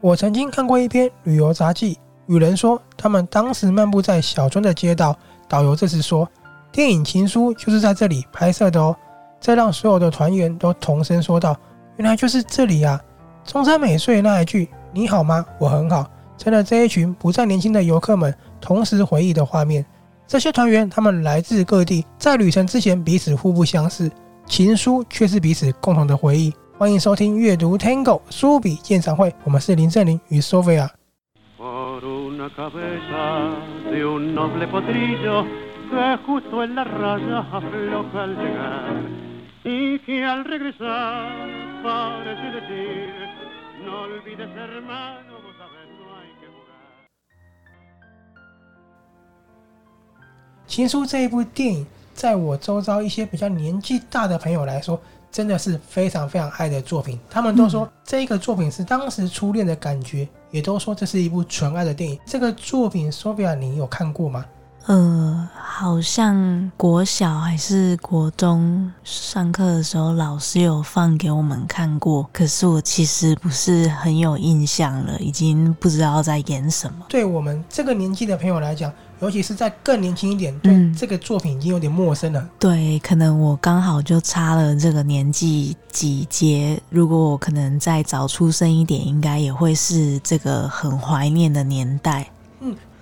我曾经看过一篇旅游杂记，有人说他们当时漫步在小樽的街道，导游这时说：“电影《情书》就是在这里拍摄的哦。”这让所有的团员都同声说道：“原来就是这里啊！”中山美穗那一句“你好吗？我很好”，成了这一群不再年轻的游客们同时回忆的画面。这些团员他们来自各地，在旅程之前彼此互不相识，情书却是彼此共同的回忆。欢迎收听阅读 Tango 书比鉴赏会，我们是林正林与 Sophia。 por una cabeza de un noble potrillo que justo en la raya afloja al llegar y que al regresar parece decir no olvides hermano vos sabés no hay que jugar 《情书》这一部电影，在我周遭一些比较年纪大的朋友来说，真的是非常非常爱的作品。他们都说、这个作品是当时初恋的感觉，也都说这是一部纯爱的电影。这个作品，Sophia，你有看过吗？呃，好像国小还是国中上课的时候，老师有放给我们看过，可是我其实不是很有印象了，已经不知道在演什么。对我们这个年纪的朋友来讲，尤其是在更年轻一点，对嗯这个作品已经有点陌生了。对，可能我刚好就差了这个年纪几节，如果我可能再早出生一点，应该也会是这个很怀念的年代。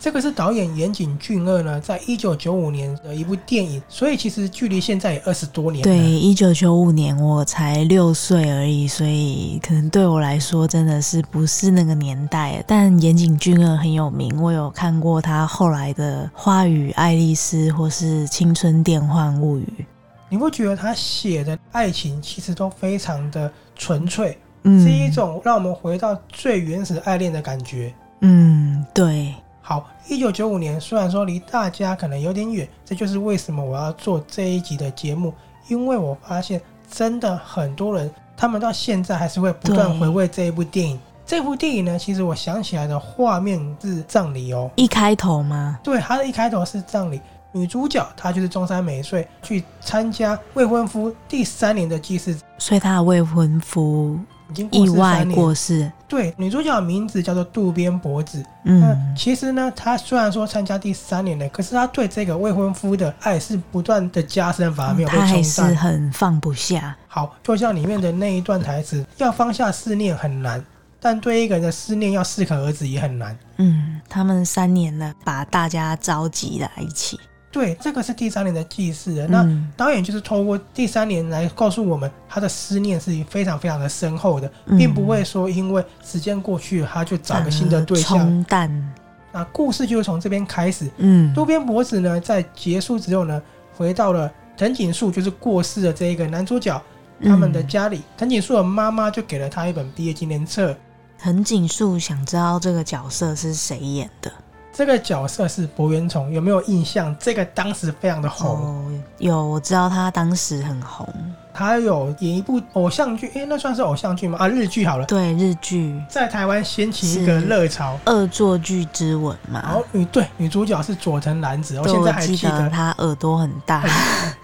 这个是导演岩井俊二呢，在一九九五年的一部电影，所以其实距离现在也二十多年了。对，一九九五年我才六岁而已，所以可能对我来说真的是不是那个年代。但岩井俊二很有名，我有看过他后来的《花与爱丽丝》或是《青春电幻物语》。你不觉得他写的爱情其实都非常的纯粹，嗯，是一种让我们回到最原始爱恋的感觉。嗯，对，好，一九九五年虽然说离大家可能有点远，这就是为什么我要做这一集的节目，因为我发现真的很多人，他们到现在还是会不断对回味这一部电影。这部电影呢，其实我想起来的画面是葬礼哦，一开头嘛，对，它的一开头是葬礼，女主角她就是中山美穗去参加未婚夫第三年的祭祀，所以他的未婚夫已经过意世外三年。过世。对，女主角的名字叫做渡边博子。那嗯，其实呢，她虽然说参加第三年了，可是她对这个未婚夫的爱是不断的加深，反而没有被他嗯还冲是淡。很放不下。好，就像里面的那一段台词：“要放下思念很难，但对一个人的思念要适可而止也很难。”嗯，他们三年了，把大家召集来一起。对，这个是第三年的祭祀了。那嗯导演就是透过第三年来告诉我们，他的思念是非常非常的深厚的，嗯并不会说因为时间过去，他就找个新的对象。反而呃冲淡。那故事就是从这边开始。嗯，渡边博子呢，在结束之后呢，回到了藤井树，就是过世的这一个男主角他们的嗯家里。藤井树的妈妈就给了他一本毕业纪念册，藤井树想知道这个角色是谁演的这个角色是博元崇，有没有印象？这个当时非常的红。哦，有我知道他当时很红，他有演一部偶像剧，诶、那算是偶像剧吗？啊，日剧好了，对日剧《在台湾掀起一个热潮。恶作剧之吻》然嘛后，女对女主角是佐藤蓝子，我啊对现我在还记记得他耳朵很大，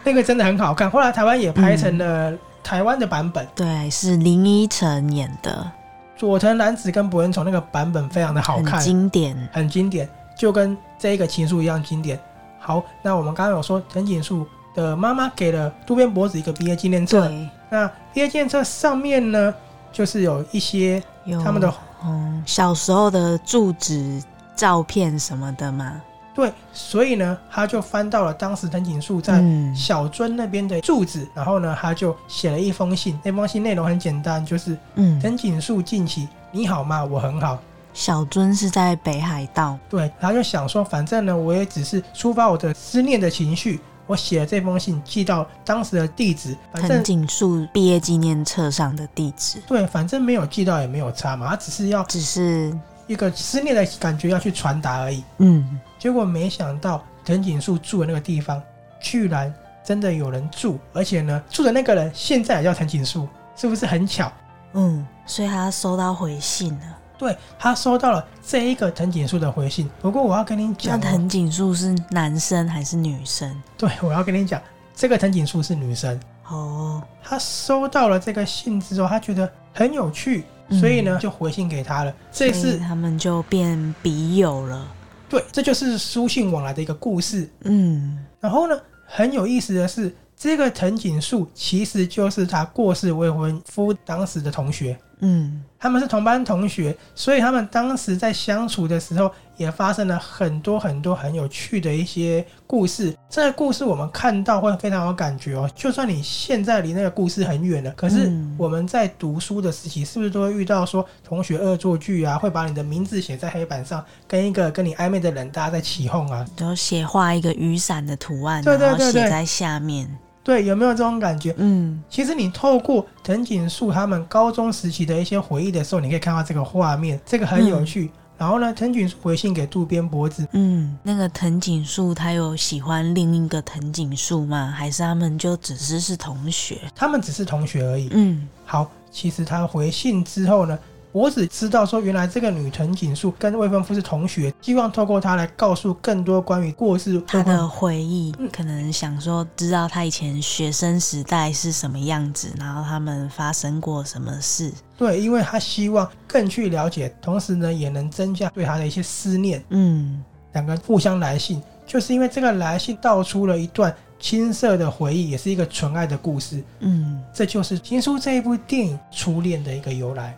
那个真的很好看。后来台湾也拍成嗯了台湾的版本，对，是林依晨演的，佐藤蓝子跟博恩崇那个版本非常的好很看，经典。很经典，就跟这个情书一样经典。好，那我们刚刚有说藤井树的妈妈给了渡边博子一个毕业纪念册，对，那毕业纪念册上面呢，就是有一些有他们的嗯小时候的住址、照片什么的嘛。对，所以呢，他就翻到了当时藤井树在嗯小樽那边的住址，然后呢，他就写了一封信。那封信内容很简单，就是嗯，藤井树近期你好吗？我很好。小樽是在北海道。对，他就想说，反正呢，我也只是抒发我的思念的情绪。我写了这封信寄到当时的地址，反藤正井树毕业纪念册上的地址，对，反正没有寄到也没有差嘛，他只是要只是一个思念的感觉要去传达而已。嗯，结果没想到藤井树住的那个地方，居然真的有人住，而且呢，住的那个人现在也叫藤井树，是不是很巧？嗯，所以他收到回信了。对他收到了这一个藤井树的回信，不过我要跟你那讲哦、藤井树是男生还是女生？对我要跟你讲，这个藤井树是女生，哦，她收到了这个信之后，她觉得很有趣，嗯所以呢就回信给他了。这所以是他们就变笔友了。对，这就是书信往来的一个故事。嗯，然后呢，很有意思的是，这个藤井树其实就是他过世未婚夫当时的同学，嗯，他们是同班同学，所以他们当时在相处的时候，也发生了很多很多很有趣的一些故事。这个故事我们看到会非常有感觉哦，就算你现在离那个故事很远了，可是嗯我们在读书的时期，是不是都会遇到说同学恶作剧啊，会把你的名字写在黑板上，跟一个跟你暧昧的人大家在起哄啊？都写画一个雨伞的图案，对对然后对写对在下面。对，有没有这种感觉？嗯，其实你透过藤井树他们高中时期的一些回忆的时候，你可以看到这个画面，这个很有趣。然后呢，藤井树回信给渡边博子，嗯，那个藤井树他有喜欢另一个藤井树吗？还是他们就只是是同学？他们只是同学而已。嗯好，其实他回信之后呢，博子知道说原来这个女藤井树跟未婚夫是同学，希望透过她来告诉更多关于过世未他婚的哦回忆嗯可能想说，知道他以前学生时代是什么样子，然后他们发生过什么事。对，因为他希望更去了解，同时呢也能增加对她的一些思念。嗯两个互相来信，就是因为这个来信道出了一段青涩的回忆，也是一个纯爱的故事。嗯这就是《情书》这一部电影初恋的一个由来。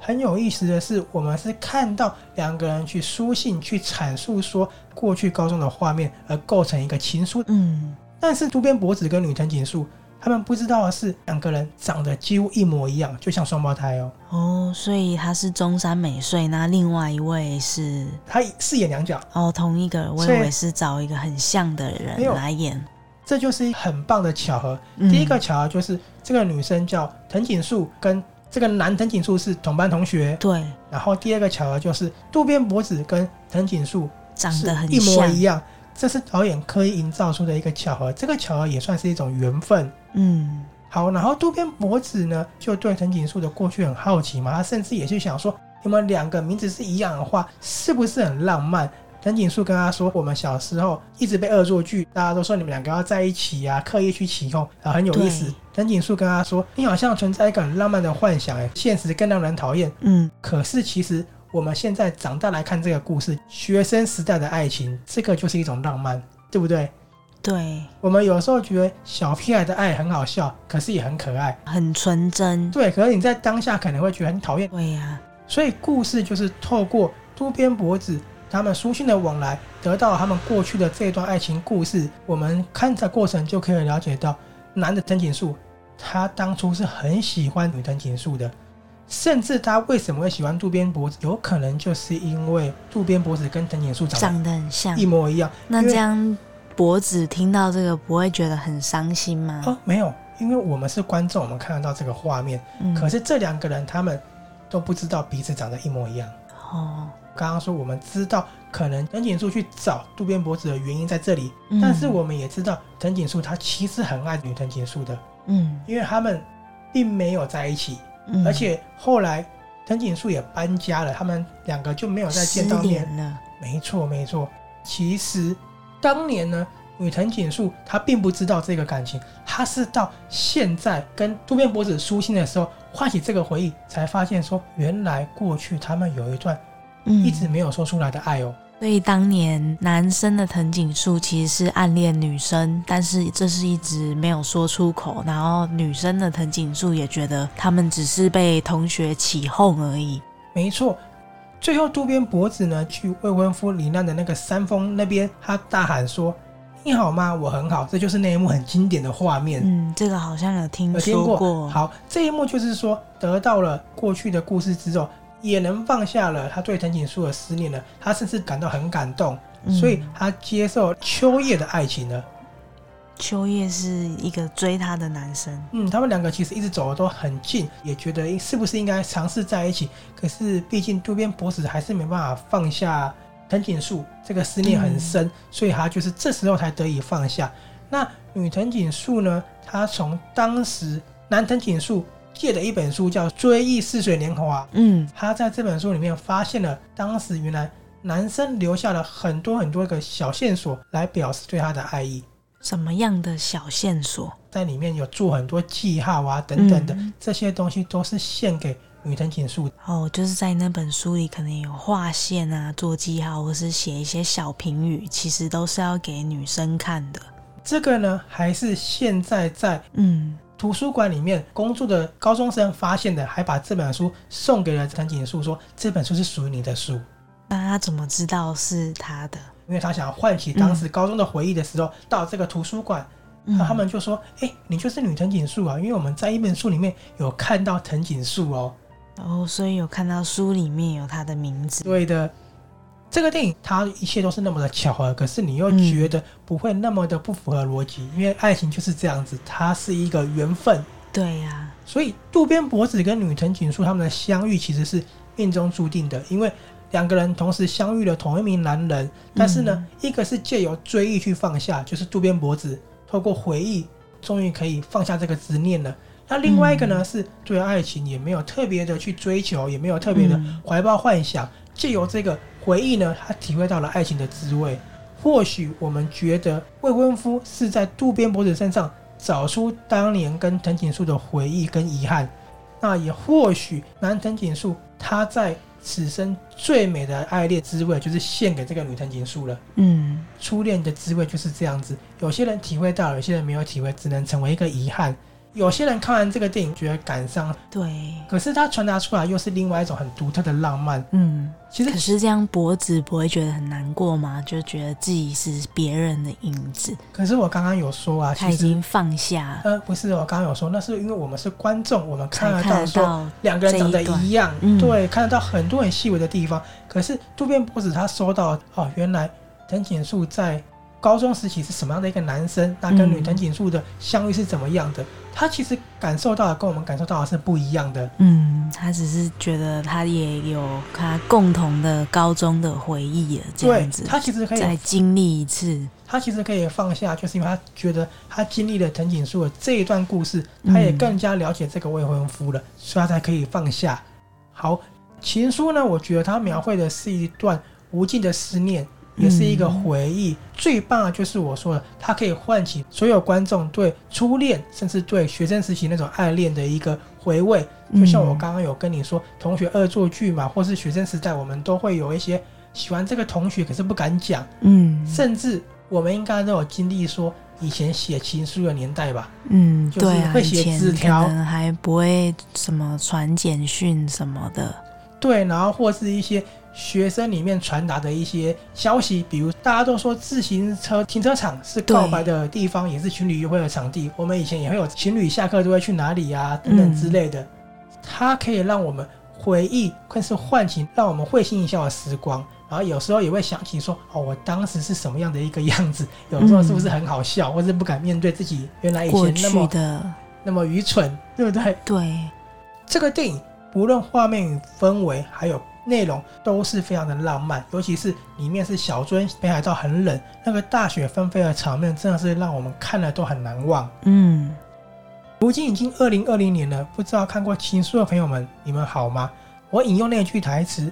很有意思的是，我们是看到两个人去书信去阐述说过去高中的画面，而构成一个情书。嗯，但是渡边博子跟女藤井树他们不知道的是，两个人长得几乎一模一样，就像双胞胎哦。哦，所以他是中山美穗，那另外一位是他饰演两角，哦同一个人，我以所以为是找一个很像的人没有来演。这就是很棒的巧合。嗯第一个巧合就是这个女生叫藤井树，跟这个男藤井树是同班同学。对然后第二个巧合就是渡边博子跟藤井树长是得很一模像，一样，这是导演刻意营造出的一个巧合。这个巧合也算是一种缘分。嗯好，然后渡边博子呢，就对藤井树的过去很好奇嘛，他甚至也去想说，你们两个名字是一样的话，是不是很浪漫？藤井树跟他说，我们小时候一直被恶作剧，大家都说你们两个要在一起啊，刻意去起哄，啊，很有意思对。藤井树跟他说，你好像存在一个很浪漫的幻想，哎，现实更让人讨厌。嗯可是其实我们现在长大来看这个故事，学生时代的爱情，这个就是一种浪漫，对不对？对，我们有时候觉得小屁孩的爱很好笑，可是也很可爱。很纯真。对，可是你在当下可能会觉得很讨厌，对呀、所以故事就是透过渡边博子他们书信的往来，得到他们过去的这段爱情故事。我们看的过程就可以了解到，男的藤井树他当初是很喜欢女藤井树的，甚至他为什么会喜欢渡边博子，有可能就是因为渡边博子跟藤井树长长得很像得一。模一样。那因为这样，博子听到这个不会觉得很伤心吗？哦，没有，因为我们是观众，我们看得到这个画面。嗯可是这两个人他们都不知道彼此长得一模一样。哦，刚刚说我们知道可能藤井树去找渡边博子的原因在这里，嗯但是我们也知道藤井树他其实很爱女藤井树的，嗯因为他们并没有在一起，嗯，而且后来藤井树也搬家了，他们两个就没有再失见到面。联了。没错，没错。其实当年呢，女藤井树她并不知道这个感情，她是到现在跟渡边博子书信的时候唤起这个回忆，才发现说原来过去他们有一段嗯，一直没有说出来的爱哦。所以当年男生的藤井树其实是暗恋女生，但是这是一直没有说出口。然后女生的藤井树也觉得他们只是被同学起哄而已。没错，最后渡边博子呢去未婚夫罹难的那个山峰那边，他大喊说：“你好吗？我很好。”这就是那一幕很经典的画面。嗯，这个好像有听有听说过。好，这一幕就是说，得到了过去的故事之后，也能放下了他对藤井树的思念了，他甚至感到很感动，嗯所以他接受秋叶的爱情了。秋叶是一个追她的男生。嗯，他们两个其实一直走的都很近，也觉得是不是应该尝试在一起。可是毕竟渡边博子还是没办法放下藤井树，这个思念很深，所以他就是这时候才得以放下。那女藤井树呢？她从当时男藤井树借的一本书叫《追忆似水年华》，嗯她在这本书里面发现了当时原来男生留下了很多很多个小线索来表示对她的爱意。什么样的小线索？在里面有做很多记号啊等等的，嗯这些东西都是献给女藤井树。哦，就是在那本书里可能有划线啊、做记号，或是写一些小评语，其实都是要给女生看的。这个呢，还是现在在嗯，图书馆里面工作的高中生发现的，还把这本书送给了藤井树，说这本书是属于你的书。那他怎么知道是他的？因为他想要唤起当时高中的回忆的时候，到这个图书馆，嗯那他们就说：“哎、你就是女藤井树啊！”因为我们在一本书里面有看到藤井树哦。哦，所以有看到书里面有他的名字。对的，这个电影它一切都是那么的巧合，可是你又觉得不会那么的不符合逻辑，因为爱情就是这样子，它是一个缘分。对啊呀、所以渡边博子跟女藤井树他们的相遇其实是命中注定的，因为两个人同时相遇了同一名男人，但是呢，一个是借由追忆去放下，就是渡边博子透过回忆，终于可以放下这个执念了。那另外一个呢，是对爱情也没有特别的去追求，也没有特别的嗯怀抱幻想，借由这个回忆呢，他体会到了爱情的滋味。或许我们觉得未婚夫是在渡边博子身上找出当年跟藤井树的回忆跟遗憾，那也或许男藤井树他在此生最美的爱恋滋味就是献给这个女藤井树了。嗯，初恋的滋味就是这样子，有些人体会到，有些人没有体会，只能成为一个遗憾。有些人看完这个电影觉得感伤，对，可是他传达出来又是另外一种很独特的浪漫。嗯。其实可是这样脖子不会觉得很难过吗？就觉得自己是别人的影子，可是我刚刚有说啊，他其已实经放下了，呃不是，我刚刚有说，那是因为我们是观众，我们看才得看到得说到。两个人长得一样，这一段嗯对，看得到很多很细微的地方。可是渡边博子他收到哦，原来藤井树在高中时期是什么样的一个男生，那跟嗯女藤井树的相遇是怎么样的？他其实感受到的跟我们感受到的是不一样的。嗯，他只是觉得他也有他共同的高中的回忆了，这对样子，他其实可以再经历一次。他其实可以放下，就是因为他觉得他经历了藤井树的这一段故事，他也更加了解这个未婚夫了，所以他才可以放下。好，情书呢，我觉得它描绘的是一段无尽的思念，也是一个回忆。最棒的就是我说的，它可以唤起所有观众对初恋，甚至对学生时期那种爱恋的一个回味。就像嗯我刚刚有跟你说，同学恶作剧嘛，或是学生时代，我们都会有一些喜欢这个同学，可是不敢讲。嗯甚至我们应该都有经历说以前写情书的年代吧？嗯，就是对啊，会写以前字条可能还不会什么传简讯什么的，对，然后或是一些学生里面传达的一些消息，比如大家都说自行车停车场是告白的地方，也是情侣约会的场地。我们以前也会有情侣下课都会去哪里啊等等之类的，嗯它可以让我们回忆，更是唤起让我们会心一笑的时光。然后有时候也会想起说，哦，我当时是什么样的一个样子？有时候是不是很好笑，或是不敢面对自己原来以过前那去么的，那么愚蠢，对不对？对，这个电影不论画面与氛围，还有内容都是非常的浪漫，尤其是里面是小樽北海道很冷，那个大雪纷飞的场面，真的是让我们看了都很难忘。嗯，如今已经二零二零年了，不知道看过《情书》的朋友们，你们好吗？我引用那句台词：“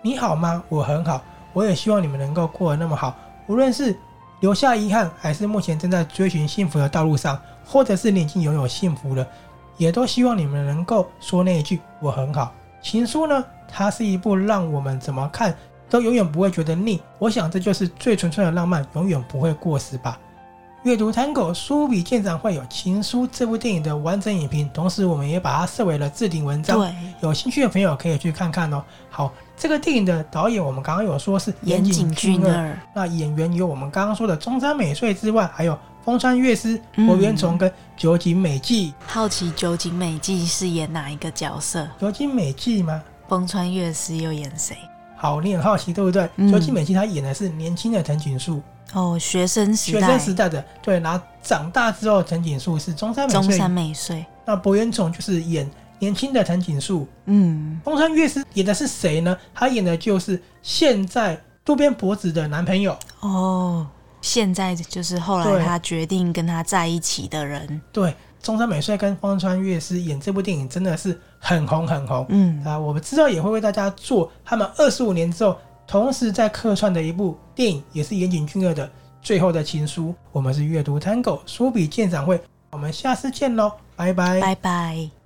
你好吗？我很好，我也希望你们能够过得那么好。无论是留下遗憾，还是目前正在追寻幸福的道路上，或者是你已经拥有幸福了，也都希望你们能够说那一句‘我很好’。《情书》呢，它是一部让我们怎么看都永远不会觉得腻。我想这就是最纯粹的浪漫，永远不会过时吧。阅读 Tango 书比鉴赏会有《情书》这部电影的完整影评，同时我们也把它设为了置顶文章。对，有兴趣的朋友可以去看看哦。好，这个电影的导演我们刚刚有说是岩井俊二，二，那演员有我们刚刚说的中山美穗之外，还有风川月司、嗯柏原崇跟酒井美纪。好奇酒井美纪饰演哪一个角色？酒井美纪吗？风川月司又演谁？好，你很好奇对不对？嗯酒井美纪她演的是年轻的藤井树，哦，学生时学代，生时代的对，然后长大之后藤井树是中山美中穗，山美穗，那柏原崇就是演年轻的藤井树。嗯，风川月司演的是谁呢？他演的就是现在渡边博子的男朋友。哦，现在就是后对来他决定跟他在一起的人，对，中山美穗跟风川月司演这部电影真的是很红很红、嗯，啊！我们之后也会为大家做他们二十五年之后同时在客串的一部电影，也是岩井俊二的《最后的情书》。我们是阅读 Tango 书比鉴赏会，我们下次见喽，拜拜拜拜。